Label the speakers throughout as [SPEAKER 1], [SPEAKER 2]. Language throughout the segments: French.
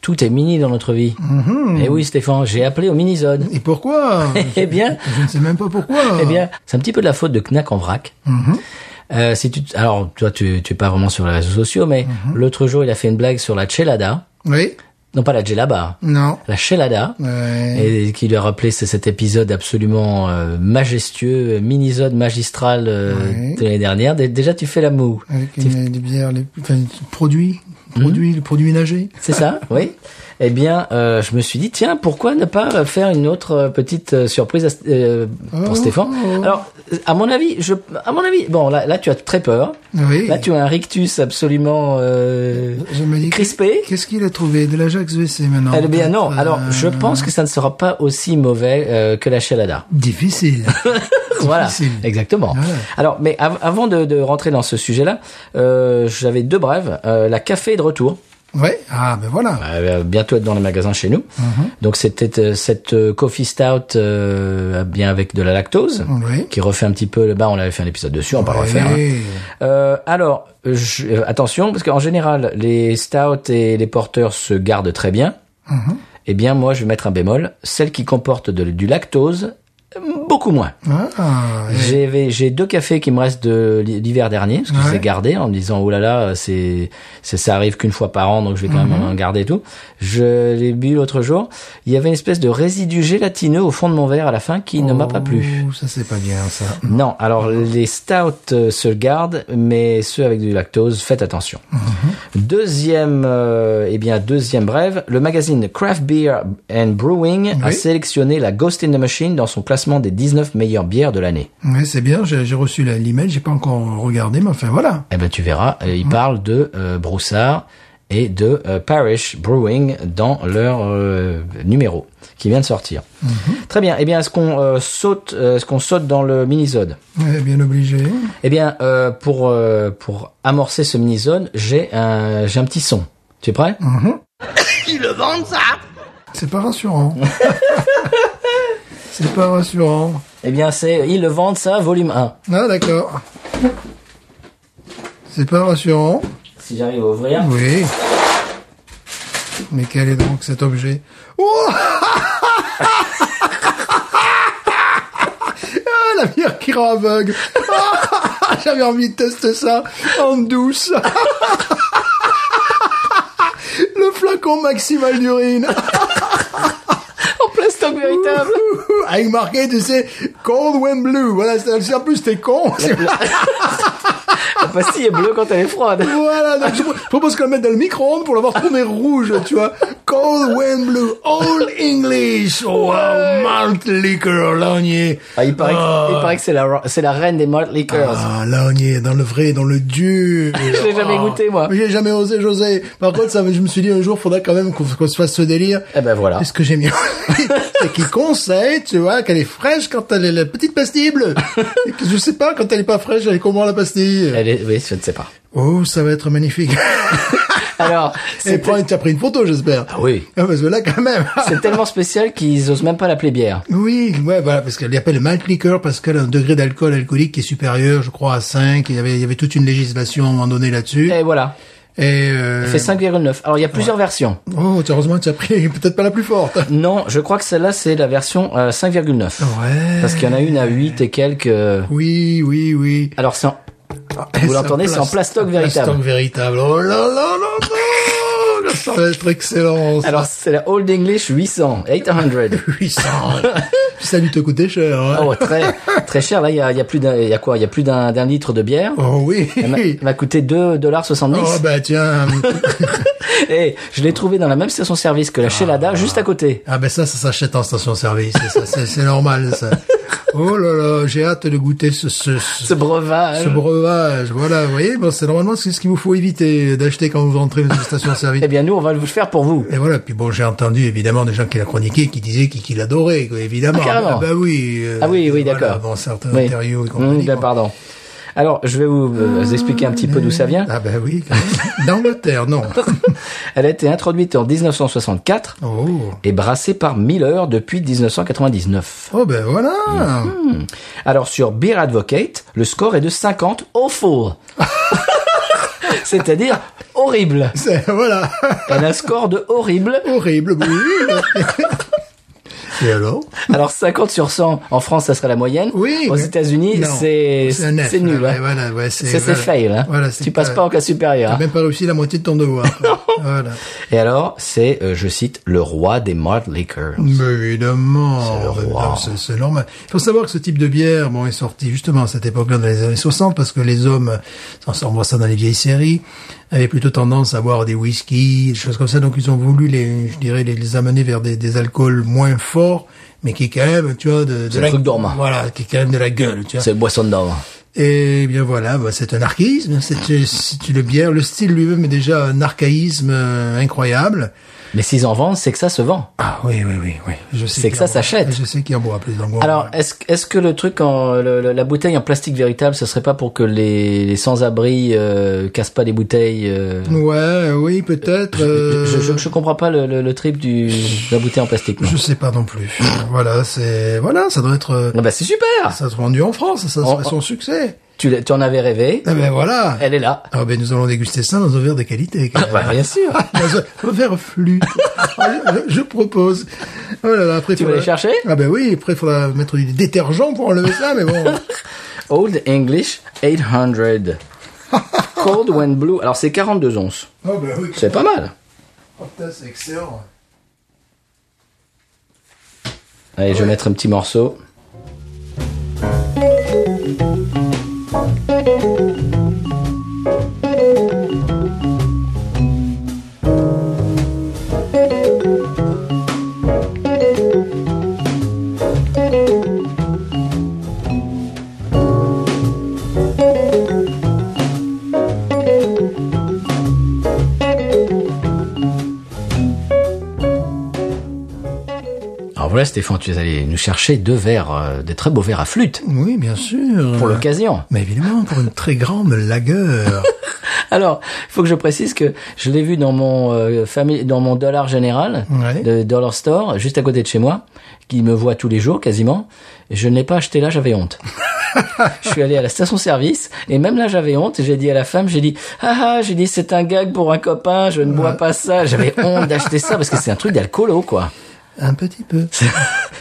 [SPEAKER 1] Tout est mini dans notre vie. Et oui, Stéphane, j'ai appelé au Minisode.
[SPEAKER 2] Et pourquoi
[SPEAKER 1] Eh bien,
[SPEAKER 2] Je ne sais même pas pourquoi.
[SPEAKER 1] eh bien, c'est un petit peu de la faute de Knack en vrac. Euh, si tu, alors, toi, tu, tu es pas vraiment sur les réseaux sociaux, mais l'autre jour, il a fait une blague sur la chelada.
[SPEAKER 2] Oui.
[SPEAKER 1] Non, pas la gelaba.
[SPEAKER 2] Non. Euh,
[SPEAKER 1] La chelada.
[SPEAKER 2] Mm-hmm. Ouais.
[SPEAKER 1] Et qui lui a rappelé c'est cet épisode absolument euh, majestueux, minisode magistral euh,
[SPEAKER 2] Ouais.
[SPEAKER 1] de l'année dernière. Dé- Déjà, tu fais la moue.
[SPEAKER 2] Avec une, des bières, les, enfin, des produits,
[SPEAKER 1] Hmm.
[SPEAKER 2] produits, le produit ménager.
[SPEAKER 1] C'est ça, oui. Eh bien, euh, je me suis dit, tiens, pourquoi ne pas faire une autre euh, petite euh, surprise à- euh, pour
[SPEAKER 2] Oh.
[SPEAKER 1] Stéphane Alors, à mon avis, je, à mon avis, bon, là, là, tu as très peur.
[SPEAKER 2] Oui.
[SPEAKER 1] Là, Bah, tu as un rictus absolument euh,
[SPEAKER 2] Je me dis,
[SPEAKER 1] crispé.
[SPEAKER 2] Qu'est-ce qu'il a trouvé De l'Ajax VC maintenant
[SPEAKER 1] Eh bien, non.
[SPEAKER 2] peut-être,
[SPEAKER 1] Alors,
[SPEAKER 2] euh,
[SPEAKER 1] je pense que ça ne sera pas aussi mauvais euh, que la chelada.
[SPEAKER 2] Difficile.
[SPEAKER 1] Voilà,
[SPEAKER 2] Difficile. Ah
[SPEAKER 1] exactement.
[SPEAKER 2] Voilà.
[SPEAKER 1] Alors, mais av- avant de, de rentrer dans ce sujet-là, euh, j'avais deux brèves. Euh, la café est de retour.
[SPEAKER 2] ouais. Ah, ben voilà.
[SPEAKER 1] Bah, Elle va bientôt être dans les magasins chez nous. Donc, c'était euh, cette euh, coffee stout euh, bien avec de la lactose.
[SPEAKER 2] Oui.
[SPEAKER 1] Qui refait un petit peu le bas, on avait fait un épisode dessus, on va pas le refaire. hein.
[SPEAKER 2] Mhm. Ouais.
[SPEAKER 1] Euh, alors, je- euh, attention, parce qu'en général, les stouts et les porteurs se gardent très bien. Eh bien, moi, je vais mettre un bémol. Celles qui comportent de- du lactose, beaucoup moins.
[SPEAKER 2] Ah, ouais.
[SPEAKER 1] hein. J'ai vais- j'ai deux cafés qui me restent de l'hi- l'hiver dernier, parce que je les ai
[SPEAKER 2] Ouais.
[SPEAKER 1] gardés en me disant, oh là là, c'est, c'est- ça arrive qu'une fois par an, donc je vais quand
[SPEAKER 2] Mhm.
[SPEAKER 1] même en garder et tout. Je l'ai bu l'autre jour. Il y avait une espèce de résidu gélatineux au fond de mon verre à la fin qui ne m'a pas plu.
[SPEAKER 2] Ouh, Oh, Ça, c'est pas bien, ça.
[SPEAKER 1] Non, alors les stouts euh, se gardent, mais ceux avec du lactose, faites attention.
[SPEAKER 2] Mhm.
[SPEAKER 1] Deuxième, euh, eh bien deuxième brève, le magazine Craft Beer and Brewing a
[SPEAKER 2] Oui.
[SPEAKER 1] sélectionné la Ghost in the Machine dans son classement des 19 meilleures bières de l'année.
[SPEAKER 2] Ouais, c'est bien. J'ai j'ai reçu la- l'email. J'ai pas encore regardé, mais enfin, voilà.
[SPEAKER 1] Eh ben tu verras, euh, ils parlent de euh, Broussard et de euh, Parish Brewing dans leur euh, numéro qui vient de sortir. Très bien. Eh bien, est-ce qu'on euh, saute, euh, est-ce qu'on saute dans le minisode
[SPEAKER 2] Ouais, bien obligé.
[SPEAKER 1] Eh bien, euh, pour euh, pour amorcer ce minisode, j'ai un j'ai un petit son. Tu es prêt
[SPEAKER 2] C'est pas rassurant. c'est pas rassurant.
[SPEAKER 1] Eh bien, c'est ils le vendent ça, volume 1.
[SPEAKER 2] Ah, d'accord. C'est pas rassurant.
[SPEAKER 1] Si j'arrive à ouvrir.
[SPEAKER 2] Oui. Mais quel est donc cet objet Oh Ah, la bière qui rend aveugle. Ah, J'avais envie de tester ça en douce. Le flacon maximal d'urine.
[SPEAKER 1] En plastoc véritable.
[SPEAKER 2] Avec marqué, tu sais, cold when blue. Voilà, c'est- c'est- en plus, t'es con. C'est-
[SPEAKER 1] La pastille est bleue quand Ah, bah, elle est froide.
[SPEAKER 2] Voilà, donc je pro- je propose qu'on le mette dans le micro-ondes pour l'avoir tourné rouge, tu vois. Cold when blue, all English, Oh, wow, malt liquor, Lognier.
[SPEAKER 1] Ah, il paraît que, il
[SPEAKER 2] Ah,
[SPEAKER 1] paraît que c'est la c'est la reine des malt liquors.
[SPEAKER 2] ah, Lognier, dans le vrai, dans le dur.
[SPEAKER 1] Je l'ai jamais goûté, moi.
[SPEAKER 2] Mais J'ai jamais osé, José. Par contre, ça, je me suis dit un jour, faudra quand même qu'on qu'on se fasse ce délire.
[SPEAKER 1] Eh ben voilà.
[SPEAKER 2] Et ce que j'aime bien, c'est qu'il conseille, tu vois, qu'elle est fraîche quand elle est la petite pastille bleue. Et que je sais pas, quand elle est pas fraîche, elle est comment la pastille
[SPEAKER 1] Elle est, oui, je ne sais pas.
[SPEAKER 2] Oh, ça va être magnifique.
[SPEAKER 1] Alors,
[SPEAKER 2] Et
[SPEAKER 1] c'est
[SPEAKER 2] prends, t'as pris une photo, j'espère.
[SPEAKER 1] Ah oui.
[SPEAKER 2] Ah, parce que là, quand même.
[SPEAKER 1] c'est tellement spécial qu'ils osent même pas l'appeler bière.
[SPEAKER 2] Oui, ouais, voilà, parce qu'elle l'appelle malt liquor parce qu'elle a un degré d'alcool alcoolique qui est supérieur, je crois, à 5. Il y avait, il y avait toute une législation à un moment donné là-dessus.
[SPEAKER 1] Et voilà,
[SPEAKER 2] Et, euh,
[SPEAKER 1] Eh. fait 5,9. Alors il y a plusieurs versions.
[SPEAKER 2] Oh, tiens, heureusement, tu as pris peut-être pas la plus forte.
[SPEAKER 1] Non, je crois que celle-là c'est la version euh, 5,9.
[SPEAKER 2] Ouais.
[SPEAKER 1] Parce qu'il y en a une à 8 et quelques. euh,
[SPEAKER 2] Oui, oui, oui.
[SPEAKER 1] Alors c'est en-
[SPEAKER 2] Eh,
[SPEAKER 1] Ah, Vous l'entendez,
[SPEAKER 2] un
[SPEAKER 1] c'est en plastoc véritable.
[SPEAKER 2] Plastoc véritable. Oh là là là là! Ça va être excellent. ça.
[SPEAKER 1] alors c'est la Old English 800, 800.
[SPEAKER 2] 800. ça lui te coûtait cher, hein.
[SPEAKER 1] Oh très très cher. Là il y a, il y a plus d'un, il y a quoi Il y a plus d'un d'un litre de bière.
[SPEAKER 2] Oh oui.
[SPEAKER 1] Elle m'a- elle m'a coûté 2,70 dollars
[SPEAKER 2] Oh bah tiens.
[SPEAKER 1] et je l'ai trouvé dans la même station-service que la Chelada, juste à côté.
[SPEAKER 2] Ah ben ça, ça s'achète en station-service, ça, c'est c'est normal ça. Oh là là, j'ai hâte de goûter ce ce, ce,
[SPEAKER 1] Ce breuvage.
[SPEAKER 2] ce breuvage. Voilà, vous voyez, bon, c'est normalement c'est ce qu'il vous faut éviter d'acheter quand vous entrez dans une station-service.
[SPEAKER 1] Eh bien nous on va le faire pour vous.
[SPEAKER 2] Et voilà, puis bon, j'ai entendu évidemment des gens qui l'a chroniqué, qui disaient qu'ils qu'il l'adoraient, quoi, évidemment.
[SPEAKER 1] Ah, carrément.
[SPEAKER 2] bah oui. euh,
[SPEAKER 1] Ah oui, oui,
[SPEAKER 2] voilà,
[SPEAKER 1] d'accord.
[SPEAKER 2] Bon, certains
[SPEAKER 1] Oui.
[SPEAKER 2] interviews et
[SPEAKER 1] Mmh,
[SPEAKER 2] compagnie,
[SPEAKER 1] bien,
[SPEAKER 2] quoi.
[SPEAKER 1] pardon. Alors, je vais vous, euh, vous expliquer un petit peu d'où ça vient.
[SPEAKER 2] Ah ben oui, quand même. D'Angleterre, non.
[SPEAKER 1] Elle a été introduite en 1964
[SPEAKER 2] Oh.
[SPEAKER 1] et brassée par Miller depuis 1999.
[SPEAKER 2] Oh ben voilà.
[SPEAKER 1] Mmh. Alors, sur Beer Advocate, le score est de 50 au full. C'est-à-dire horrible.
[SPEAKER 2] C'est- Voilà.
[SPEAKER 1] Elle a un score de horrible.
[SPEAKER 2] Horrible. oui. Et alors
[SPEAKER 1] Alors 50 sur 100 en France, ça serait la moyenne.
[SPEAKER 2] Oui.
[SPEAKER 1] Aux
[SPEAKER 2] mais-
[SPEAKER 1] États-Unis,
[SPEAKER 2] Non,
[SPEAKER 1] c'est
[SPEAKER 2] un F,
[SPEAKER 1] c'est nul.
[SPEAKER 2] ouais,
[SPEAKER 1] hein.
[SPEAKER 2] Voilà, ouais, c'est
[SPEAKER 1] Ça, c'est
[SPEAKER 2] voilà.
[SPEAKER 1] fail. hein.
[SPEAKER 2] Voilà, c'est
[SPEAKER 1] tu passes pas en classe supérieure.
[SPEAKER 2] T'as
[SPEAKER 1] hein.
[SPEAKER 2] même pas réussi la moitié de ton devoir. quoi. voilà.
[SPEAKER 1] Et alors, c'est, euh, je cite, le roi des malt liquors.
[SPEAKER 2] Mais évidemment,
[SPEAKER 1] le
[SPEAKER 2] mais
[SPEAKER 1] roi.
[SPEAKER 2] non, c'est c'est normal. Il faut savoir que ce type de bière, bon, est sorti justement à cette époque-là dans les années 60 parce que les hommes, ça, on voit ça dans les vieilles séries, avaient plutôt tendance à boire des whisky, des choses comme ça. Donc ils ont voulu les, je dirais, les, les amener vers des, des alcools moins forts, mais qui est quand même, tu vois, de, de
[SPEAKER 1] C'est un truc dormant.
[SPEAKER 2] Voilà, qui est quand même de la gueule, tu vois.
[SPEAKER 1] C'est boisson d'homme.
[SPEAKER 2] Et bien voilà, bah, c'est un archaïsme, c'est c'est une bière. Le style lui-même est déjà un archaïsme euh, incroyable.
[SPEAKER 1] Mais s'ils en vendent, c'est que ça se vend.
[SPEAKER 2] Ah oui, oui, oui, oui. Je sais
[SPEAKER 1] C'est
[SPEAKER 2] qui
[SPEAKER 1] que ça
[SPEAKER 2] en boit.
[SPEAKER 1] s'achète.
[SPEAKER 2] Je sais qui en boit plus dans le monde.
[SPEAKER 1] Alors, est-ce est-ce que le truc en le- le- la bouteille en plastique véritable, ce serait pas pour que les, les sans-abri euh, cassent pas les bouteilles euh,
[SPEAKER 2] Ouais, oui, peut-être. euh,
[SPEAKER 1] je, je, je comprends pas le, le, le trip du de la bouteille en plastique. moi.
[SPEAKER 2] je sais pas non plus. voilà, c'est voilà, ça doit être euh,
[SPEAKER 1] Ah Oh, bah c'est super.
[SPEAKER 2] ça se vendu en France, ça
[SPEAKER 1] En-
[SPEAKER 2] serait son succès.
[SPEAKER 1] Tu, l'as- tu en avais rêvé.
[SPEAKER 2] Ah ben voilà.
[SPEAKER 1] Elle est là.
[SPEAKER 2] Ah ben nous allons déguster ça dans un verre de qualité. quand
[SPEAKER 1] Eh. Ah
[SPEAKER 2] même.
[SPEAKER 1] bah, bien sûr.
[SPEAKER 2] Dans un- un verre flûte. Ah, je, je propose. Oh là là, après
[SPEAKER 1] Tu vas
[SPEAKER 2] faudra-
[SPEAKER 1] les chercher
[SPEAKER 2] Ah ben oui, après il faudra mettre du détergent pour enlever ça, mais bon.
[SPEAKER 1] Old English 800. Cold when blue. Alors c'est 42 onces.
[SPEAKER 2] Ah ben oui.
[SPEAKER 1] C'est pas mal.
[SPEAKER 2] Oh putain, c'est excellent.
[SPEAKER 1] Allez, je vais mettre un petit morceau. Alors voilà, Stéphane, tu es allé nous chercher deux verres, euh, des très beaux verres à flûte
[SPEAKER 2] Oui, bien sûr.
[SPEAKER 1] pour l'occasion.
[SPEAKER 2] Mais évidemment, pour une très grande lagueur.
[SPEAKER 1] Alors, il faut que je précise que je l'ai vu dans mon euh, famille, dans mon dollar général,
[SPEAKER 2] Ouais.
[SPEAKER 1] de dollar store, juste à côté de chez moi, qui me voit tous les jours quasiment. Et Je ne l'ai pas acheté là, j'avais honte. je suis allé à la station-service et même là, j'avais honte. et J'ai dit à la femme, j'ai dit, ah ah, j'ai dit c'est un gag pour un copain, je ne bois pas ça. J'avais honte d'acheter ça parce que c'est un truc d'alcoolo quoi.
[SPEAKER 2] Un petit peu.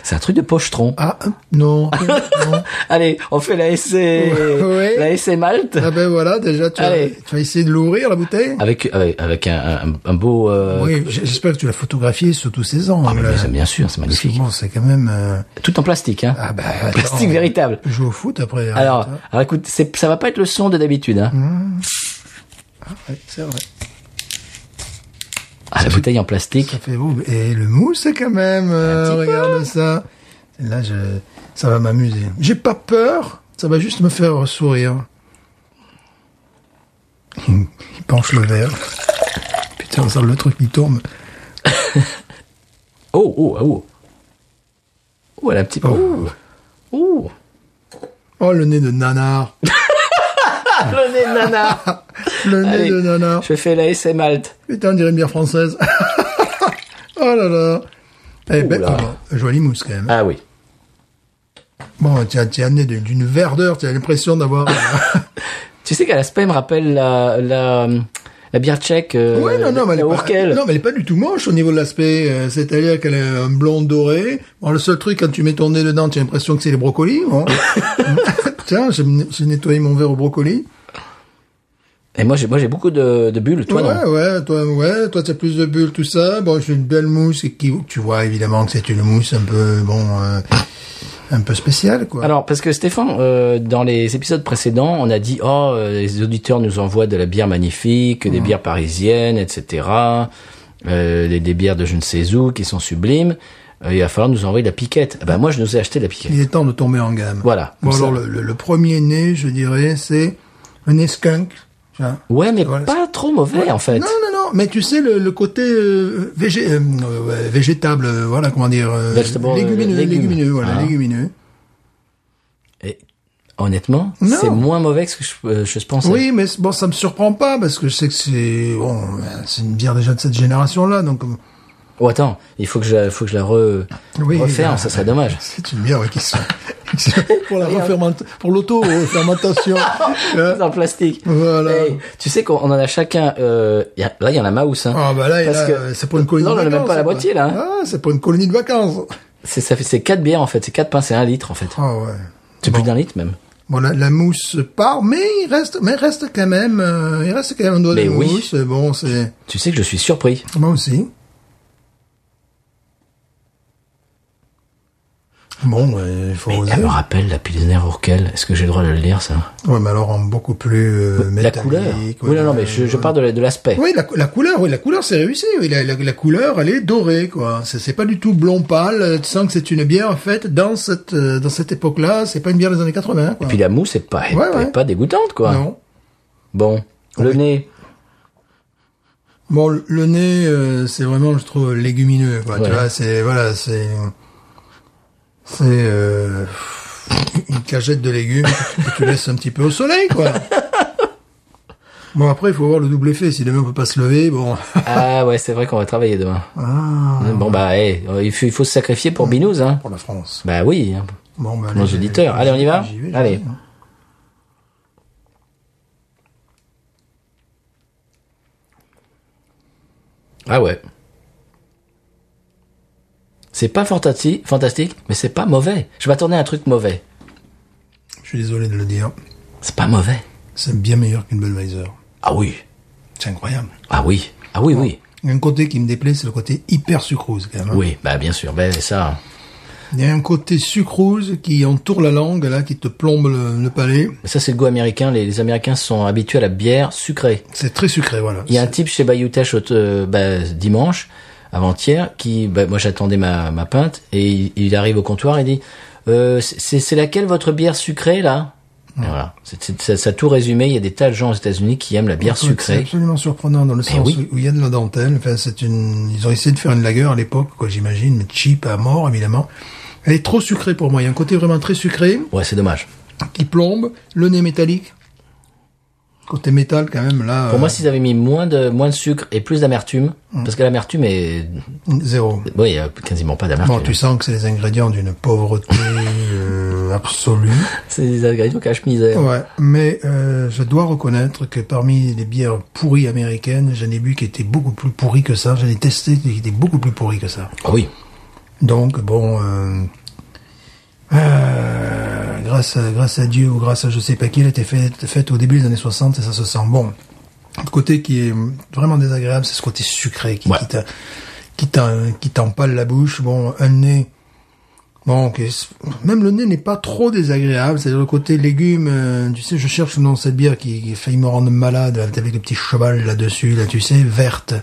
[SPEAKER 1] C'est un truc de pochetron.
[SPEAKER 2] Ah, un- non. non.
[SPEAKER 1] Allez, on fait la essai,
[SPEAKER 2] Ouais.
[SPEAKER 1] la essai Malte.
[SPEAKER 2] Ah ben voilà, déjà, tu, as,
[SPEAKER 1] Allez. Ah,
[SPEAKER 2] tu as essayé de l'ouvrir, la bouteille
[SPEAKER 1] Avec, avec, avec un, un- un beau... euh,
[SPEAKER 2] Oui, j- j'espère que tu l'as photographié sous tous ses angles.
[SPEAKER 1] Ah, mais ça, bien sûr, c'est
[SPEAKER 2] Parce que
[SPEAKER 1] magnifique.
[SPEAKER 2] bon, c'est quand même... euh,
[SPEAKER 1] Tout en plastique, hein.
[SPEAKER 2] Ah ben, attends,
[SPEAKER 1] plastique
[SPEAKER 2] on-
[SPEAKER 1] véritable.
[SPEAKER 2] Joue au foot après. hein,
[SPEAKER 1] Alors,
[SPEAKER 2] tu vois.
[SPEAKER 1] alors écoute, c'est- ça va pas être le son de d'habitude. Hein.
[SPEAKER 2] Hmm. Ouais, c'est vrai.
[SPEAKER 1] Ah, la bouteille en plastique.
[SPEAKER 2] Ça fait beau. Et le mousse, quand même. euh,
[SPEAKER 1] petit peu.
[SPEAKER 2] regarde ça. Là, je... ça va m'amuser. J'ai pas peur. Ça va juste me faire sourire. Il penche le verre. Putain, regarde le truc qui tombe.
[SPEAKER 1] Oh, oh, oh. Oh, elle a un petit... Oh. Oh.
[SPEAKER 2] Oh, le nez de nanar.
[SPEAKER 1] Ah, le nez de nana.
[SPEAKER 2] Le nez
[SPEAKER 1] Allez,
[SPEAKER 2] de nanar.
[SPEAKER 1] Je fais la essai Malte.
[SPEAKER 2] Putain, on dirait une bière française. oh là là. Eh ben,
[SPEAKER 1] Oula.
[SPEAKER 2] oh, jolie mousse quand même.
[SPEAKER 1] Ah oui.
[SPEAKER 2] Bon, tiens, tiens, nez d'une- d'une verdeur, tu as l'impression d'avoir. euh,
[SPEAKER 1] Tu sais qu'à l'aspect elle me rappelle la... la la bière tchèque, euh,
[SPEAKER 2] Ouais, non, non, mais elle
[SPEAKER 1] la
[SPEAKER 2] est
[SPEAKER 1] Urkel.
[SPEAKER 2] pas, non, mais elle est pas du tout moche au niveau de l'aspect. euh, C'est-à-dire qu'elle a un blond doré. Bon, le seul truc, quand tu mets ton nez dedans, tu as l'impression que c'est les brocolis. bon. Tiens, j'ai j'ai nettoyé mon verre aux brocolis.
[SPEAKER 1] Et moi, j'ai, moi, j'ai beaucoup de, de bulles, toi,
[SPEAKER 2] ouais,
[SPEAKER 1] non?
[SPEAKER 2] ouais, toi, ouais, toi, t'as plus de bulles, tout ça. Bon, j'ai une belle mousse et qui, tu vois évidemment que c'est une mousse un peu, bon, euh, un peu spéciale, quoi.
[SPEAKER 1] Alors, parce que Stéphane, euh, dans les épisodes précédents, on a dit, oh, euh, les auditeurs nous envoient de la bière magnifique,
[SPEAKER 2] Mmh.
[SPEAKER 1] des bières parisiennes, etc., euh, des, des bières de je ne sais où qui sont sublimes, Euh, il va falloir nous envoyer de la piquette. Ah ben, moi, je nous ai acheté de la piquette.
[SPEAKER 2] Il est temps de tomber en gamme.
[SPEAKER 1] Voilà.
[SPEAKER 2] Bon,
[SPEAKER 1] Comme
[SPEAKER 2] alors,
[SPEAKER 1] ça.
[SPEAKER 2] le, le- le premier nez, je dirais, c'est un nez skunk. tu vois.
[SPEAKER 1] Ouais, mais
[SPEAKER 2] Voilà.
[SPEAKER 1] pas trop mauvais, en fait.
[SPEAKER 2] Non, non, non, mais tu sais, le, le côté euh, végé- euh, ouais, végétable, euh, voilà, comment dire, euh,
[SPEAKER 1] Vegetable, euh,
[SPEAKER 2] légumineux,
[SPEAKER 1] légumes.
[SPEAKER 2] légumineux, voilà,
[SPEAKER 1] Ah.
[SPEAKER 2] légumineux.
[SPEAKER 1] Et, honnêtement,
[SPEAKER 2] Non.
[SPEAKER 1] c'est moins mauvais que ce que je, euh, je pensais.
[SPEAKER 2] Oui, mais c'est- bon, ça me surprend pas, parce que je sais que c'est, bon, euh, c'est une bière déjà de cette génération-là, donc, euh,
[SPEAKER 1] Oh, attends, il faut que je, la- faut que je la re,
[SPEAKER 2] Oui,
[SPEAKER 1] referme,
[SPEAKER 2] euh,
[SPEAKER 1] ça serait dommage.
[SPEAKER 2] c'est une bière ouais, qui se, pour la referment- pour l'auto-fermentation. Hein.
[SPEAKER 1] en plastique.
[SPEAKER 2] Voilà.
[SPEAKER 1] Hey, tu sais qu'on en a chacun. euh, y a- là, il y en a Maus. Hein.
[SPEAKER 2] Ah bah là,
[SPEAKER 1] Parce
[SPEAKER 2] là,
[SPEAKER 1] que-
[SPEAKER 2] c'est pour une colonie
[SPEAKER 1] Non,
[SPEAKER 2] de
[SPEAKER 1] on en a même
[SPEAKER 2] vacances.
[SPEAKER 1] pas la
[SPEAKER 2] ça, quoi.
[SPEAKER 1] moitié, là, hein.
[SPEAKER 2] Ah, c'est pour une colonie de vacances.
[SPEAKER 1] C'est ça fait c'est quatre bières en fait, c'est quatre pains, c'est un litre en fait.
[SPEAKER 2] Ah ouais.
[SPEAKER 1] C'est
[SPEAKER 2] Bon.
[SPEAKER 1] plus d'un litre même.
[SPEAKER 2] Bon, la, la mousse part, mais il reste, mais il reste quand même, euh, il reste quand même un doigt
[SPEAKER 1] Mais
[SPEAKER 2] de
[SPEAKER 1] oui.
[SPEAKER 2] mousse. Bon, c'est
[SPEAKER 1] Tu sais que je suis surpris.
[SPEAKER 2] moi aussi. Bon, ouais, il faut
[SPEAKER 1] Mais
[SPEAKER 2] oser.
[SPEAKER 1] elle me rappelle la Pilsner Urquell. Est-ce que j'ai le droit de le lire ça
[SPEAKER 2] Ouais, mais alors en beaucoup plus euh,
[SPEAKER 1] La couleur.
[SPEAKER 2] métallique,
[SPEAKER 1] oui,
[SPEAKER 2] ouais,
[SPEAKER 1] non, non, mais je, je
[SPEAKER 2] ouais.
[SPEAKER 1] parle de la- de l'aspect.
[SPEAKER 2] Oui, la, la couleur, oui, la couleur, c'est réussi. Oui, la, la- la couleur, elle est dorée, quoi. C'est c'est pas du tout blond pâle. euh, Tu sens que c'est une bière en fait dans cette euh, dans cette époque-là. C'est pas une bière des années 80.
[SPEAKER 1] Et
[SPEAKER 2] Quoi.
[SPEAKER 1] puis la mousse est pas, est
[SPEAKER 2] Ouais,
[SPEAKER 1] pas-
[SPEAKER 2] ouais.
[SPEAKER 1] est pas dégoûtante quoi.
[SPEAKER 2] non.
[SPEAKER 1] Bon, le nez.
[SPEAKER 2] Bon, le- le nez, euh, c'est vraiment, je trouve, légumineux. Quoi.
[SPEAKER 1] Ouais.
[SPEAKER 2] Tu vois, c'est voilà, c'est c'est euh, une cagette de légumes que tu- que tu laisses un petit peu au soleil, quoi. Bon, après, il faut voir le double effet. Si demain on peut pas se lever, bon.
[SPEAKER 1] Ah ouais, c'est vrai qu'on va travailler demain.
[SPEAKER 2] Ah,
[SPEAKER 1] Bon bah, hey, euh, il, faut, il faut se sacrifier pour Binous hein.
[SPEAKER 2] pour la France.
[SPEAKER 1] Bah oui. hein.
[SPEAKER 2] Bon, ben,
[SPEAKER 1] Nos
[SPEAKER 2] allez,
[SPEAKER 1] auditeurs.
[SPEAKER 2] j'y-
[SPEAKER 1] Allez, on y va
[SPEAKER 2] j'y vais, j'y
[SPEAKER 1] Allez.
[SPEAKER 2] vais, hein.
[SPEAKER 1] Ah ouais. C'est pas fantati- fantastique, mais c'est pas mauvais. Je m'attendais à un truc mauvais.
[SPEAKER 2] Je suis désolé de le dire.
[SPEAKER 1] C'est pas mauvais.
[SPEAKER 2] C'est bien meilleur qu'une Budweiser.
[SPEAKER 1] Ah oui.
[SPEAKER 2] C'est incroyable.
[SPEAKER 1] Ah oui. Ah oui, oui.
[SPEAKER 2] Il y a un côté qui me déplaît, c'est le côté hyper sucrose, quand même. hein.
[SPEAKER 1] Oui, bah bien sûr. Ben ça.
[SPEAKER 2] Il y a un côté sucrose qui entoure la langue, là, qui te plombe le, le palais.
[SPEAKER 1] Ça, c'est le goût américain. Les, les Américains sont habitués à la bière sucrée.
[SPEAKER 2] C'est très sucré, voilà.
[SPEAKER 1] Il y a un type chez Bayutech euh, bah, dimanche, avant-hier, qui, bah, moi j'attendais ma, ma pinte, et il, il arrive au comptoir et dit, euh, c'est c'est laquelle votre bière sucrée là Et voilà, C'est- c'est- ça, ça a tout résumé. Il y a des tas de gens aux États-Unis qui aiment la bière
[SPEAKER 2] C'est- C'est
[SPEAKER 1] sucrée.
[SPEAKER 2] absolument surprenant dans le sens
[SPEAKER 1] Eh oui.
[SPEAKER 2] où il y a de la dentelle. Enfin, c'est une, ils ont essayé de faire une lagueur à l'époque, quoi, j'imagine, mais cheap à mort, évidemment. Elle est trop sucrée pour moi. Il y a un côté vraiment très sucré
[SPEAKER 1] Ouais, c'est dommage.
[SPEAKER 2] qui plombe, le nez métallique. Côté métal, quand même, là.
[SPEAKER 1] Pour
[SPEAKER 2] euh,
[SPEAKER 1] moi, s'ils avaient mis moins de moins de sucre et plus d'amertume,
[SPEAKER 2] Mm.
[SPEAKER 1] parce que l'amertume est,
[SPEAKER 2] zéro.
[SPEAKER 1] oui, il y a quasiment pas d'amertume.
[SPEAKER 2] Bon, tu sens que c'est les ingrédients d'une pauvreté euh, absolue.
[SPEAKER 1] C'est des ingrédients cache-misère.
[SPEAKER 2] Ouais, mais euh, je dois reconnaître que parmi les bières pourries américaines, j'en ai bu qui étaient beaucoup plus pourries que ça. J'en ai testé qui étaient beaucoup plus pourries que ça.
[SPEAKER 1] Ah oui.
[SPEAKER 2] Donc bon, euh, euh, grâce à, grâce à Dieu ou grâce à je sais pas qui, elle était faite faite au début des années 60 et ça se sent bon. Le côté qui est vraiment désagréable, c'est ce côté sucré qui
[SPEAKER 1] Ouais.
[SPEAKER 2] qui t'a- qui t'en- qui t'empale la bouche. Bon, un nez. Bon, ok, c'est- même le nez n'est pas trop désagréable. C'est-à-dire le côté légumes. euh, tu sais, je cherche dans cette bière qui, qui a failli me rendre malade avec le petit cheval là-dessus, là, tu sais, verte.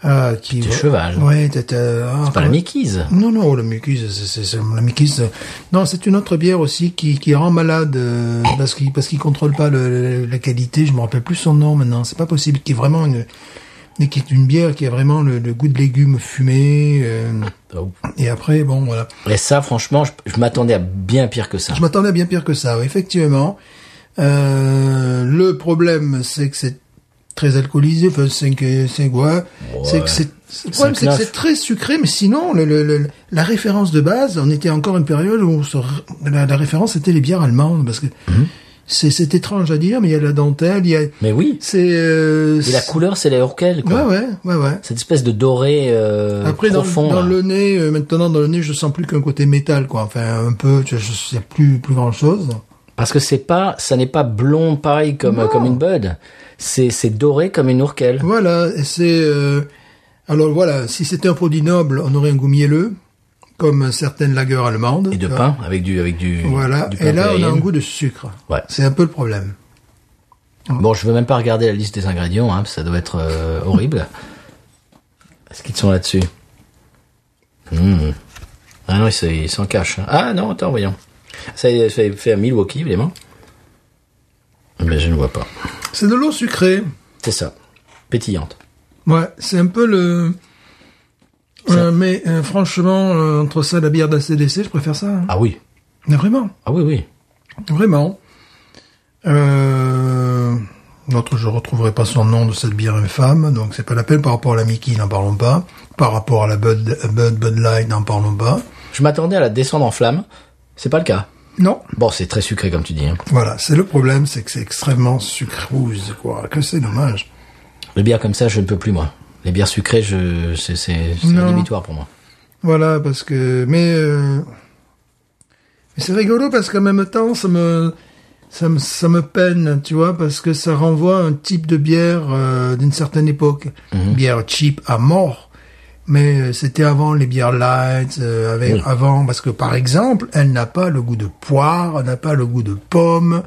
[SPEAKER 2] Ah, qui,
[SPEAKER 1] Hmm. Petit cheval.
[SPEAKER 2] Ouais, t'as- t'as- ah,
[SPEAKER 1] C'est pas la Mickey's.
[SPEAKER 2] non, non, Oh, le mucus, c'est- c'est c'est- la mucus. euh, Non, c'est une autre bière aussi qui, qui rend malade euh, parce qu'il parce qu'il contrôle pas le- le- la qualité. Je me rappelle plus son nom maintenant. C'est pas possible. Qui est vraiment une mais qui est une bière qui a vraiment le, le goût de légumes fumés. euh, et après, bon, voilà.
[SPEAKER 1] Et ça, franchement, je, je m'attendais à bien pire que ça.
[SPEAKER 2] Je m'attendais à bien pire que ça, oui, effectivement. Euh, le problème, c'est que c'est très alcoolisé, enfin, c'est que c'est quoi C'est que c'est le problème, c'est que
[SPEAKER 1] 5,9.
[SPEAKER 2] c'est très sucré, mais sinon, le, le- le- la référence de base, on était encore une période où on se r- la, la référence était les bières allemandes, parce que
[SPEAKER 1] Mhm.
[SPEAKER 2] c'est c'est étrange à dire, mais il y a la dentelle, il y a
[SPEAKER 1] Mais oui.
[SPEAKER 2] c'est euh,
[SPEAKER 1] Et la couleur, c'est la Urquell,
[SPEAKER 2] ouais
[SPEAKER 1] quoi.
[SPEAKER 2] ouais ouais ouais.
[SPEAKER 1] Cette espèce de doré euh,
[SPEAKER 2] Après, dans, le-
[SPEAKER 1] profond.
[SPEAKER 2] dans
[SPEAKER 1] là.
[SPEAKER 2] le nez, euh, maintenant, dans le nez, je sens plus qu'un côté métal, quoi. Enfin, un peu, tu vois, je sais plus, plus grand chose.
[SPEAKER 1] Parce que c'est pas, ça n'est pas blond pareil comme, euh, comme une Bud. C'est, c'est doré comme une Urquell.
[SPEAKER 2] Voilà, et c'est euh, alors voilà, si c'était un produit noble, on aurait un goût mielleux, comme certaines lagers allemandes.
[SPEAKER 1] Et de
[SPEAKER 2] tu vois.
[SPEAKER 1] pain, avec du, avec du,
[SPEAKER 2] Ah. Voilà,
[SPEAKER 1] du pain
[SPEAKER 2] et là on a
[SPEAKER 1] pérenne.
[SPEAKER 2] un goût de sucre.
[SPEAKER 1] Ouais.
[SPEAKER 2] C'est un peu le problème.
[SPEAKER 1] Bon, je veux même pas regarder la liste des ingrédients, hein, ça doit être euh, horrible. Est-ce qu'ils sont là-dessus Hmm. Ah non, ils se- ils s'en cachent. hein. Ah non, attends, voyons. Ça est ça est fait à Milwaukee, évidemment. Mais je ne vois pas.
[SPEAKER 2] C'est de l'eau sucrée.
[SPEAKER 1] C'est ça. Pétillante.
[SPEAKER 2] Ouais, c'est un peu le. Euh, mais euh, franchement, euh, entre ça, et la bière d'ACDC, je préfère ça. hein.
[SPEAKER 1] Ah oui.
[SPEAKER 2] Mais vraiment,
[SPEAKER 1] Ah oui, oui.
[SPEAKER 2] vraiment. Euh... L'autre, je retrouverai pas son nom de cette bière infâme, donc c'est pas la peine. Par rapport à la Mickey, n'en parlons pas. Par rapport à la euh, Bud, Bud, Bud Light, n'en parlons pas.
[SPEAKER 1] Je m'attendais à la descendre en flamme. C'est pas le cas.
[SPEAKER 2] Non.
[SPEAKER 1] Bon, c'est très sucré comme tu dis. hein.
[SPEAKER 2] Voilà, c'est le problème, c'est que c'est extrêmement sucrose, quoi. Que c'est dommage.
[SPEAKER 1] Les bières comme ça, je ne peux plus moi. Les bières sucrées, je c'est c'est c'est
[SPEAKER 2] Non.
[SPEAKER 1] rédhibitoire pour moi.
[SPEAKER 2] Voilà, parce que... Mais... euh, mais c'est rigolo parce qu'en même temps, ça me... Ça me, ça me peine, tu vois, parce que ça renvoie à un type de bière euh, d'une certaine époque.
[SPEAKER 1] Mhm.
[SPEAKER 2] Bière cheap à mort. Mais euh, c'était avant les bières light, euh, avec,
[SPEAKER 1] Oui.
[SPEAKER 2] avant, parce que par exemple, elle n'a pas le goût de poire, elle n'a pas le goût de pomme,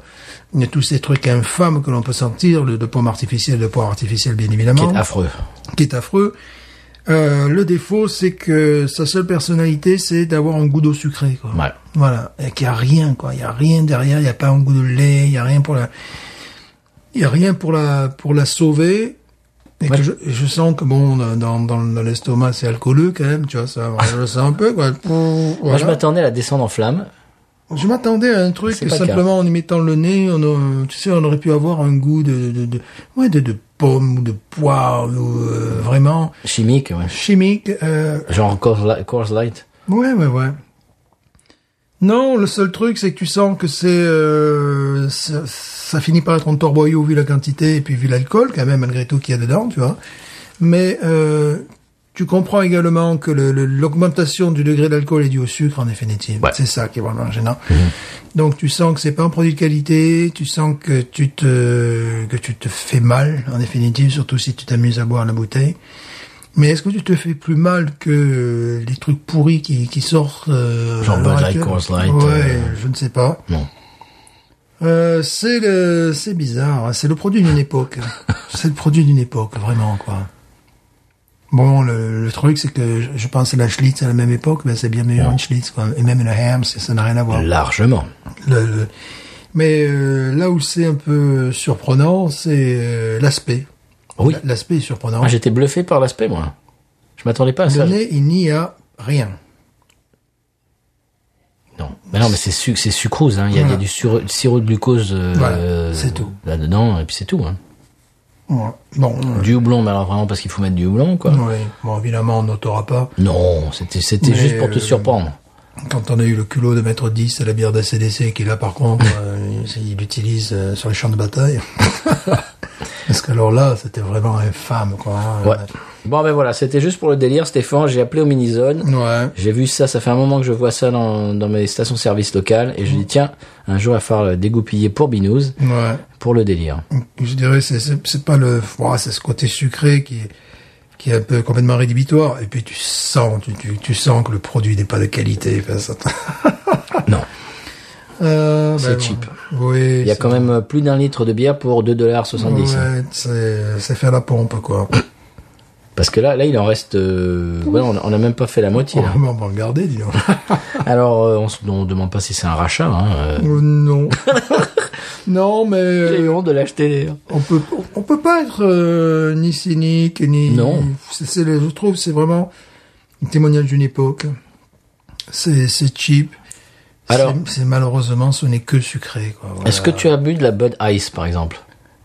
[SPEAKER 2] il y a tous ces trucs infâmes que l'on peut sentir, le de pomme artificielle, de poire artificielle, bien
[SPEAKER 1] Qui
[SPEAKER 2] évidemment
[SPEAKER 1] est affreux.
[SPEAKER 2] qui est affreux. Euh, le défaut, c'est que sa seule personnalité, c'est d'avoir un goût d'eau sucrée. Quoi.
[SPEAKER 1] Ouais.
[SPEAKER 2] Voilà, et qu'il n'y a rien, quoi. Il n'y a rien derrière. Il n'y a pas un goût de lait. Il n'y a rien pour la. Il y a rien pour la pour la sauver. Et
[SPEAKER 1] Ouais.
[SPEAKER 2] que je, je sens que bon, dans dans, dans l'estomac, c'est alcooleux quand même. Tu vois, ça, je le sens un peu. Quoi. Pouh,
[SPEAKER 1] Moi, je
[SPEAKER 2] voilà.
[SPEAKER 1] m'attendais à la descendre en flamme.
[SPEAKER 2] Je m'attendais à un truc
[SPEAKER 1] C'est
[SPEAKER 2] que
[SPEAKER 1] pas le cas.
[SPEAKER 2] simplement en y mettant le nez, on aurait- tu sais, on aurait pu avoir un goût de de de, ouais, de, de pomme ou de poire ou euh, vraiment
[SPEAKER 1] Chimique, ouais.
[SPEAKER 2] chimique. Euh,
[SPEAKER 1] Genre Coors Li- Coors Light.
[SPEAKER 2] ouais, ouais, ouais. Non, le seul truc, c'est que tu sens que c'est, euh, ça, ça finit par être en torboyau vu la quantité et puis vu l'alcool quand même malgré tout qu'il y a dedans, tu vois. Mais euh, tu comprends également que le- le- l'augmentation du degré d'alcool est due au sucre en définitive.
[SPEAKER 1] Ouais.
[SPEAKER 2] C'est ça qui est vraiment gênant. Donc tu sens que c'est pas un produit de qualité, tu sens que tu te que tu te fais mal en définitive, surtout si tu t'amuses à boire la bouteille. Mais est-ce que tu te fais plus mal que euh, les trucs pourris qui, qui sortent euh,
[SPEAKER 1] Genre
[SPEAKER 2] à l'heure
[SPEAKER 1] Bud Light,
[SPEAKER 2] actuelle
[SPEAKER 1] Coors Light,
[SPEAKER 2] Ouais,
[SPEAKER 1] euh,
[SPEAKER 2] je ne sais pas.
[SPEAKER 1] Non.
[SPEAKER 2] Euh, c'est le c'est bizarre, hein, c'est le produit d'une époque. c'est le produit d'une époque vraiment quoi. Bon, le, le truc c'est que je, je pense que la Schlitz à la même époque, mais c'est bien meilleur
[SPEAKER 1] Ouais.
[SPEAKER 2] une Schlitz quoi. Et même la Hams, ça n'a rien à voir.
[SPEAKER 1] Largement.
[SPEAKER 2] Le- le- Mais euh, là où c'est un peu surprenant, c'est euh, l'aspect.
[SPEAKER 1] Oui.
[SPEAKER 2] L- L'aspect est surprenant.
[SPEAKER 1] Ah, j'étais bluffé par l'aspect, moi. Je m'attendais pas à
[SPEAKER 2] Le
[SPEAKER 1] ça.
[SPEAKER 2] nez, il n'y a rien.
[SPEAKER 1] Non. Mais non, mais c'est su c'est sucrose. Hein. Il, y a, il y a
[SPEAKER 2] Voilà.
[SPEAKER 1] du suro- sirop de glucose euh,
[SPEAKER 2] Voilà, c'est tout.
[SPEAKER 1] là-dedans, et puis c'est tout. Hein.
[SPEAKER 2] Ouais. Bon, euh,
[SPEAKER 1] Du houblon, mais alors vraiment parce qu'il faut mettre du houblon, quoi.
[SPEAKER 2] ouais. bon, évidemment, on n'otera pas.
[SPEAKER 1] Non, c'était c'était
[SPEAKER 2] Mais,
[SPEAKER 1] juste pour te
[SPEAKER 2] euh,
[SPEAKER 1] surprendre.
[SPEAKER 2] Quand on a eu le culot de mettre 10 à la bière d'ACDC, qui là, par contre, euh, il l'utilise euh, sur les champs de bataille. Parce qu'alors là, c'était vraiment infâme, quoi. hein.
[SPEAKER 1] Ouais. Bon, ben voilà, c'était juste pour le délire, Stéphane. J'ai appelé au mini-zone.
[SPEAKER 2] Ouais.
[SPEAKER 1] J'ai vu ça, ça fait un moment que je vois ça dans, dans mes stations-service locales, et je dis tiens, un jour il va falloir le dégoupiller pour Binous,
[SPEAKER 2] Ouais.
[SPEAKER 1] pour le délire.
[SPEAKER 2] je dirais c'est c'est c'est pas le ouah, c'est ce côté sucré qui est qui est un peu complètement rédhibitoire et puis tu sens tu tu, tu sens que le produit n'est pas de qualité enfin, ça-
[SPEAKER 1] Non,
[SPEAKER 2] Euh,
[SPEAKER 1] C'est
[SPEAKER 2] ben,
[SPEAKER 1] cheap.
[SPEAKER 2] oui
[SPEAKER 1] il y a
[SPEAKER 2] c'est-
[SPEAKER 1] quand même euh, plus d'un litre de bière pour 2,70$. hein.
[SPEAKER 2] ouais, c'est c'est faire la pompe quoi
[SPEAKER 1] Parce que là, là il en reste... euh, ouais, on, on a même pas fait la moitié.
[SPEAKER 2] on
[SPEAKER 1] là.
[SPEAKER 2] va me regarder dis donc
[SPEAKER 1] Alors, euh, on se on demande pas si c'est un rachat. Hein, euh.
[SPEAKER 2] Euh, non non mais
[SPEAKER 1] J'ai
[SPEAKER 2] euh,
[SPEAKER 1] eu honte de l'acheter.
[SPEAKER 2] on peut on peut pas être euh, ni cynique ni
[SPEAKER 1] Non.
[SPEAKER 2] c'est c'est le- je trouve c'est vraiment un témoignage d'une époque c'est c'est cheap
[SPEAKER 1] Alors-
[SPEAKER 2] C'est- c'est malheureusement ce n'est que sucré quoi voilà.
[SPEAKER 1] Est-ce que tu as bu de la Bud Ice, par exemple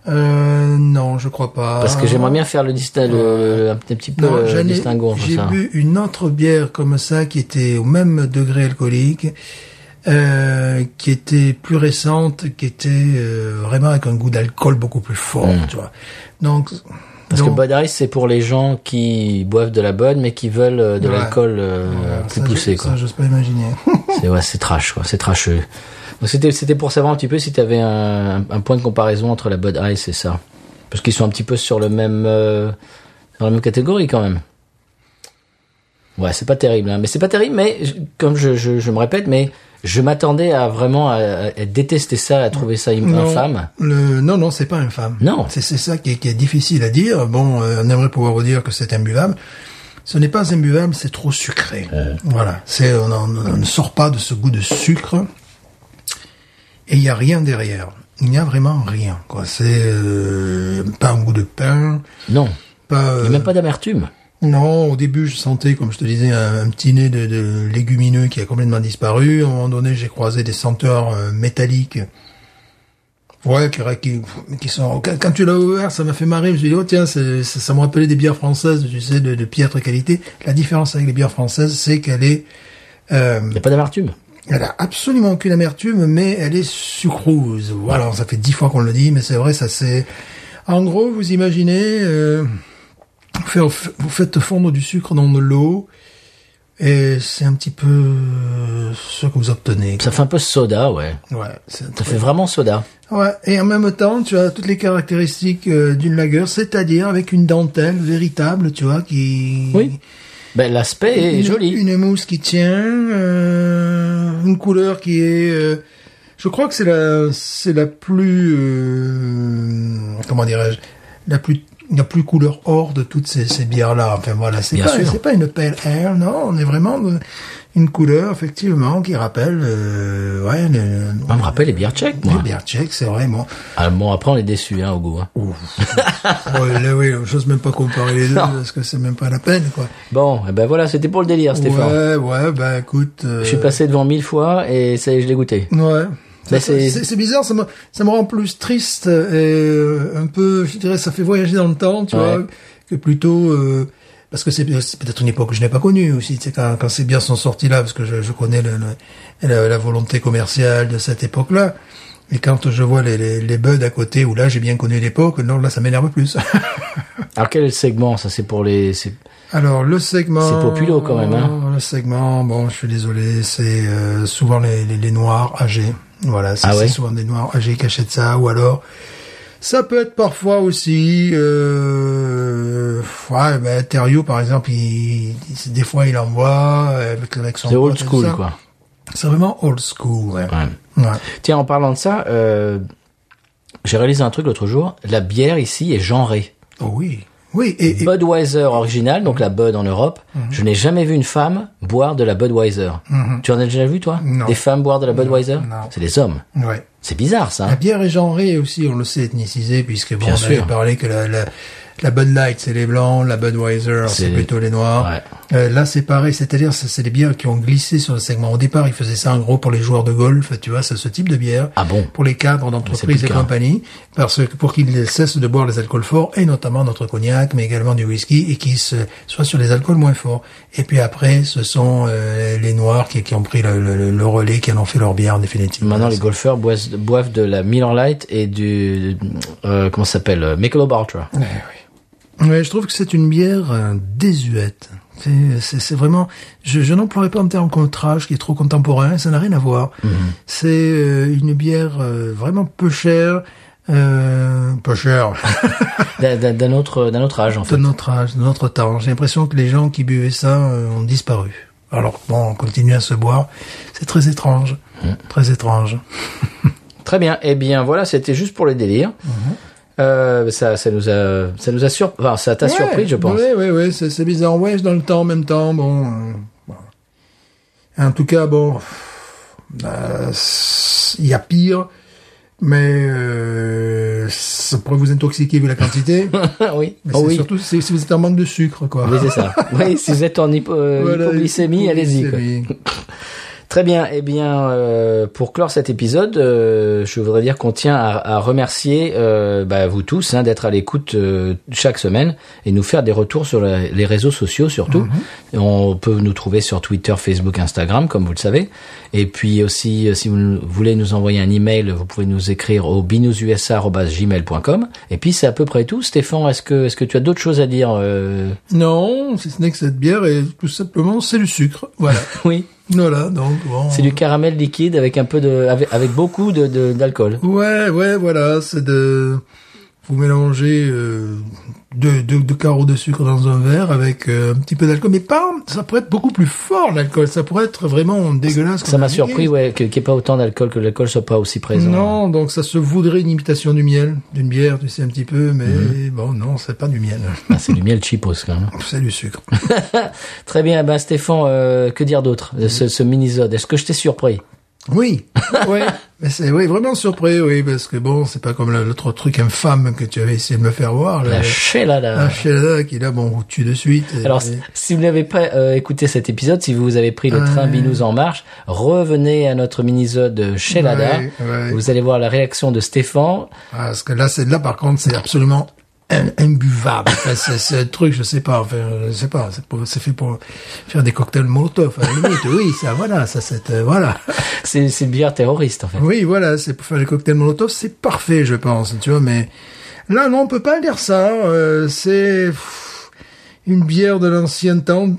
[SPEAKER 2] euh, non je crois pas
[SPEAKER 1] Parce que j'aimerais bien faire le, distin- le- le- un petit- petit peu
[SPEAKER 2] Ah. non,
[SPEAKER 1] le
[SPEAKER 2] j'en ai-
[SPEAKER 1] distinguo entre
[SPEAKER 2] j'ai
[SPEAKER 1] ça.
[SPEAKER 2] bu une autre bière comme ça qui était au même degré alcoolique, euh, qui était plus récente, qui était euh, vraiment avec un goût d'alcool beaucoup plus fort, tu vois. Donc,
[SPEAKER 1] Hmm. Parce
[SPEAKER 2] donc,
[SPEAKER 1] que Bud Ice, c'est pour les gens qui boivent de la Bud, mais qui veulent euh, de
[SPEAKER 2] Ouais.
[SPEAKER 1] l'alcool euh,
[SPEAKER 2] euh,
[SPEAKER 1] plus
[SPEAKER 2] ça,
[SPEAKER 1] poussé.
[SPEAKER 2] je-
[SPEAKER 1] Quoi.
[SPEAKER 2] Ça, j'ose pas imaginer.
[SPEAKER 1] C'est ouais, c'est trash, quoi. C'est trasheux. Donc c'était c'était pour savoir un petit peu si tu avais un, un point de comparaison entre la Bud Ice et ça, parce qu'ils sont un petit peu sur le même euh, dans la même catégorie quand même. Ouais, c'est pas terrible, hein. mais c'est pas terrible. Mais je- comme je, je, je me répète, mais je m'attendais à vraiment à, à détester ça, à trouver ça im- infâme.
[SPEAKER 2] Le, non, non, c'est pas infâme.
[SPEAKER 1] Non.
[SPEAKER 2] C'est, c'est ça qui est, qui est difficile à dire. Bon, euh, on aimerait pouvoir vous dire que c'est imbuvable. Ce n'est pas imbuvable, c'est trop sucré.
[SPEAKER 1] Euh.
[SPEAKER 2] Voilà. C'est, on, en- on ne sort pas de ce goût de sucre. Et il n'y a rien derrière. Il n'y a vraiment rien, quoi. C'est, euh, pas un goût de pain,
[SPEAKER 1] Non,
[SPEAKER 2] pas,
[SPEAKER 1] il y
[SPEAKER 2] euh,
[SPEAKER 1] a même pas d'amertume.
[SPEAKER 2] non, au début, je sentais, comme je te disais, un, un petit nez de, de légumineux qui a complètement disparu. À un moment donné, j'ai croisé des senteurs euh, métalliques. Ouais, qui, qui, qui sont... Quand, quand tu l'as ouvert, ça m'a fait marrer. Je me suis dit, oh tiens, c'est- ça, ça me rappelait des bières françaises, tu sais, de, de piètre qualité. La différence avec les bières françaises, c'est qu'elle est... euh,
[SPEAKER 1] Il y a pas d'amertume.
[SPEAKER 2] Elle a absolument aucune amertume, mais elle est sucrose. Voilà, ça fait dix fois qu'on le dit, mais c'est vrai, ça c'est... En gros, vous imaginez, euh, vous faites- vous faites fondre du sucre dans de l'eau, et c'est un petit peu euh, ce que vous obtenez.
[SPEAKER 1] Ça fait un peu soda, ouais.
[SPEAKER 2] Ouais, c'est un
[SPEAKER 1] Ça fait vraiment soda.
[SPEAKER 2] Ouais, et en même temps, tu as toutes les caractéristiques euh, d'une lager, c'est-à-dire avec une dentelle véritable, tu vois, qui...
[SPEAKER 1] Oui. Ben, l'aspect est
[SPEAKER 2] une,
[SPEAKER 1] joli.
[SPEAKER 2] Une mousse qui tient, euh, une couleur qui est... euh, je crois que c'est la, c'est la plus... euh, comment dirais-je La plus la plus couleur or de toutes ces, ces bières-là. Enfin voilà, c'est
[SPEAKER 1] Bien
[SPEAKER 2] pas,
[SPEAKER 1] sûr.
[SPEAKER 2] c'est pas une pale ale, non. On est vraiment dans une couleur, effectivement, qui rappelle... euh, ouais, le,
[SPEAKER 1] Ça me rappelle les bières tchèques, moi.
[SPEAKER 2] les bières tchèques, c'est vrai, bon.
[SPEAKER 1] Ah, bon, après, on est déçus, hein, au goût. hein.
[SPEAKER 2] Ouais, là, Oh, oui, j'ose même pas comparer les deux, parce que c'est même pas la peine, quoi.
[SPEAKER 1] Bon, eh ben voilà, c'était pour le délire, Stéphane.
[SPEAKER 2] Ouais, ouais, bah, écoute. euh,
[SPEAKER 1] Je suis passé devant mille fois et ça y est, je l'ai goûté.
[SPEAKER 2] Ouais.
[SPEAKER 1] Mais
[SPEAKER 2] Ça-
[SPEAKER 1] c'est-
[SPEAKER 2] C'est c'est bizarre, ça me, ça me rend plus triste, et euh, un peu, je dirais, ça fait voyager dans le temps, tu
[SPEAKER 1] Ouais.
[SPEAKER 2] vois, que plutôt, euh, parce que c'est c'est peut-être une époque que je n'ai pas connue aussi, tu sais, quand, quand ces bières sont sorties là, parce que je, je connais le, le- la, la volonté commerciale de cette époque-là. Et quand je vois les, les, les buds à côté, où là j'ai bien connu l'époque, non, là ça m'énerve plus.
[SPEAKER 1] Alors, quel est le segment Ça, c'est pour les. c'est-
[SPEAKER 2] Alors le segment,
[SPEAKER 1] C'est populo, quand même, hein.
[SPEAKER 2] Le segment, bon, je suis désolé, c'est euh, souvent les, les, les noirs âgés. Voilà, c'est
[SPEAKER 1] Ah ouais
[SPEAKER 2] c'est souvent des noirs âgés qui achètent ça, ou alors ça peut être parfois aussi. Euh, ouais, ben Thériault, par exemple, il, il- des fois il envoie euh, avec, avec son.
[SPEAKER 1] C'est old
[SPEAKER 2] pote et tout
[SPEAKER 1] school,
[SPEAKER 2] ça.
[SPEAKER 1] quoi.
[SPEAKER 2] C'est vraiment old school. Ouais.
[SPEAKER 1] Ouais.
[SPEAKER 2] Ouais.
[SPEAKER 1] Tiens, en parlant de ça, euh, j'ai réalisé un truc l'autre jour. La bière ici est genrée.
[SPEAKER 2] Oh oui, oui. Et, Mhm. et-
[SPEAKER 1] Budweiser original, donc la Bud en Europe. Je n'ai jamais vu une femme boire de la Budweiser. Tu en as déjà vu, toi
[SPEAKER 2] Mhm. Non.
[SPEAKER 1] Des femmes boire de la Budweiser
[SPEAKER 2] non. Eh
[SPEAKER 1] C'est des hommes.
[SPEAKER 2] ouais.
[SPEAKER 1] C'est bizarre, ça. hein.
[SPEAKER 2] La bière est genrée aussi, on le sait, ethnicisée, puisque bon,
[SPEAKER 1] Bien
[SPEAKER 2] on avait
[SPEAKER 1] sûr.
[SPEAKER 2] parlé que la, la, la Bud Light, c'est les blancs, la Budweiser,
[SPEAKER 1] C'est
[SPEAKER 2] c'est
[SPEAKER 1] les-
[SPEAKER 2] plutôt les noirs.
[SPEAKER 1] Ouais.
[SPEAKER 2] Euh, là, c'est pareil, c'est-à-dire, c'est c'est les bières qui ont glissé sur le segment. Au départ, ils faisaient ça, en gros, pour les joueurs de golf, tu vois, c'est ce type de bière.
[SPEAKER 1] Ah bon
[SPEAKER 2] Pour les
[SPEAKER 1] Mais
[SPEAKER 2] cadres
[SPEAKER 1] c'est
[SPEAKER 2] d'entreprise
[SPEAKER 1] plus
[SPEAKER 2] et
[SPEAKER 1] le cas.
[SPEAKER 2] compagnie, parce que pour qu'ils cessent de boire les alcools forts, et notamment notre cognac, mais également du whisky, et qu'ils se, soient sur les alcools moins forts. Et puis après, ce sont euh, les noirs qui, qui ont pris le, le- le relais, qui en ont fait leur bière, en définitive.
[SPEAKER 1] Maintenant, les golfeurs boivent, boivent de la Miller Lite et du... euh, comment ça s'appelle euh, Michelob Ultra.
[SPEAKER 2] Ouais, je trouve que c'est une bière euh, désuète. C'est- C'est c'est vraiment, je, je n'emploierai pas un terme contrage qui est trop contemporain, ça n'a rien à voir. C'est euh, une bière euh, vraiment peu chère, euh, peu chère
[SPEAKER 1] D'un- D'un d'un autre, d'un autre âge, en fait.
[SPEAKER 2] de notre âge, de notre temps. J'ai l'impression que les gens qui buvaient ça euh, ont disparu. Alors que, bon, on continue à se boire, c'est très étrange, très étrange.
[SPEAKER 1] Très bien. Eh bien, voilà, c'était juste pour les délires.
[SPEAKER 2] Mhm.
[SPEAKER 1] Euh, ça, ça nous a, ça nous a sur, enfin, ça t'a surpris, je pense.
[SPEAKER 2] Oui, oui, oui, c'est c'est bizarre. On voyage dans le temps en même temps. Bon, euh, bon. En tout cas, bon, euh, il y a pire, mais euh, ça pourrait vous intoxiquer vu la quantité.
[SPEAKER 1] oui.
[SPEAKER 2] Mais
[SPEAKER 1] Oh
[SPEAKER 2] c'est
[SPEAKER 1] oui.
[SPEAKER 2] Surtout si, si vous êtes en manque de sucre, quoi.
[SPEAKER 1] Oui, c'est ça. oui, si vous êtes en hypo, euh,
[SPEAKER 2] Voilà,
[SPEAKER 1] hypoglycémie, allez-y. quoi.
[SPEAKER 2] hypoglycémie.
[SPEAKER 1] Très bien. Eh bien, euh, pour clore cet épisode, euh, je voudrais dire qu'on tient à, à remercier euh, bah, vous tous hein, d'être à l'écoute euh, chaque semaine et nous faire des retours sur la- les réseaux sociaux surtout. Et On peut nous trouver sur Twitter, Facebook, Instagram, comme vous le savez. Et puis aussi, euh, si vous nous- voulez nous envoyer un email, vous pouvez nous écrire au binoususa@gmail.com. Et puis c'est à peu près tout. Stéphane, est-ce que est-ce que tu as d'autres choses à dire euh,
[SPEAKER 2] Non, si ce n'est que cette bière est tout simplement c'est du sucre. Voilà.
[SPEAKER 1] Oui.
[SPEAKER 2] voilà, donc bon.
[SPEAKER 1] C'est du caramel liquide avec un peu de avec, avec beaucoup de de- d'alcool.
[SPEAKER 2] Ouais, ouais, voilà, c'est de vous mélangez euh, deux, deux, deux carreaux de sucre dans un verre avec euh, un petit peu d'alcool, mais pas, ça pourrait être beaucoup plus fort l'alcool, ça pourrait être vraiment dégueulasse.
[SPEAKER 1] Ça
[SPEAKER 2] comme
[SPEAKER 1] m'a
[SPEAKER 2] indiqué.
[SPEAKER 1] surpris, ouais, que- qu'il n'y ait pas autant d'alcool, que l'alcool soit pas aussi présent.
[SPEAKER 2] Non, donc ça se voudrait une imitation du miel, d'une bière, tu sais un petit peu, mais
[SPEAKER 1] Mhm.
[SPEAKER 2] bon, non, c'est pas du miel,
[SPEAKER 1] Ah, c'est du miel cheapos, quand même.
[SPEAKER 2] c'est du sucre.
[SPEAKER 1] Très bien, ben, Stéphane, euh, que dire d'autre de ce, ce mini-zode Est-ce que je t'ai surpris
[SPEAKER 2] Oui, ouais, mais c'est oui vraiment surpris, oui, parce que bon, c'est pas comme l'autre truc infâme que tu avais essayé de me faire voir, le,
[SPEAKER 1] La chelada
[SPEAKER 2] la chelada qui là, bon, vous tue de suite. et-
[SPEAKER 1] alors,
[SPEAKER 2] et-
[SPEAKER 1] si vous n'avez pas euh, écouté cet épisode, si vous avez pris le train
[SPEAKER 2] Ouais.
[SPEAKER 1] Binous en marche, revenez à notre mini-zode chez Lada.
[SPEAKER 2] Ouais, ouais.
[SPEAKER 1] Vous allez voir la réaction de Stéphane.
[SPEAKER 2] Ah, Parce que là, c'est là par contre, c'est absolument im- imbuvable. Enfin, c'est, c'est un truc, je sais pas, enfin, je sais pas, c'est, pour- c'est fait pour faire des cocktails Molotov, à la limite. Oui, ça, voilà, ça, c'est, euh, voilà.
[SPEAKER 1] C'est c'est une bière terroriste, en fait.
[SPEAKER 2] Oui, voilà, c'est pour faire des cocktails Molotov, c'est parfait, je pense, tu vois, mais là, non, on peut pas dire ça, euh, c'est pff, une bière de l'ancien temps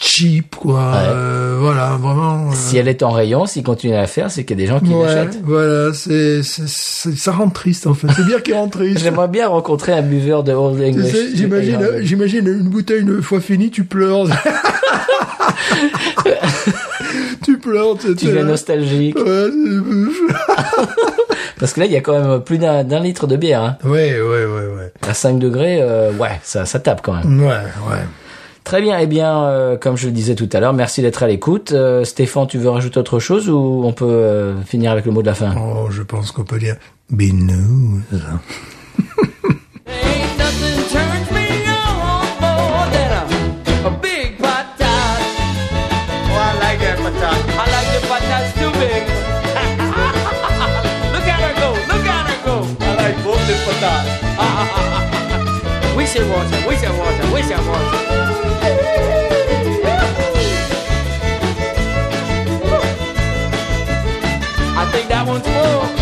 [SPEAKER 2] cheap, quoi,
[SPEAKER 1] Ouais.
[SPEAKER 2] euh, voilà, vraiment. euh,
[SPEAKER 1] Si elle est en rayon, s'ils continuent à la faire, c'est qu'il y a des gens qui
[SPEAKER 2] ouais,
[SPEAKER 1] l'achètent.
[SPEAKER 2] voilà, c'est, c'est, c'est- ça rend triste, en fait. C'est bien qui rend triste.
[SPEAKER 1] J'aimerais bien rencontrer un buveur de Old
[SPEAKER 2] Tu
[SPEAKER 1] English.
[SPEAKER 2] sais, J'imagine, euh, j'imagine une bouteille une fois finie, tu pleures. tu pleures, tu
[SPEAKER 1] Tu
[SPEAKER 2] t'es
[SPEAKER 1] deviens
[SPEAKER 2] là.
[SPEAKER 1] nostalgique.
[SPEAKER 2] Ouais, c'est-
[SPEAKER 1] Parce que là, il y a quand même plus d'un d'un litre de bière. Hein.
[SPEAKER 2] ouais, ouais, ouais, ouais.
[SPEAKER 1] À 5 degrés, euh, ouais, ça, ça tape quand même.
[SPEAKER 2] Ouais, ouais.
[SPEAKER 1] Très bien, eh bien, euh, comme je le disais tout à l'heure, merci d'être à l'écoute. Euh, Stéphane, tu veux rajouter autre chose ou on peut euh, finir avec le mot de la fin
[SPEAKER 2] Oh, je pense qu'on peut dire binouze.
[SPEAKER 3] Ain't nothing turns me on more than a, a big patat. Oh, I like that patat. I like the patats too big. look at her go, look at her go. I like both the patats. we should watch her, we should watch her, we should watch her. I think that one's full.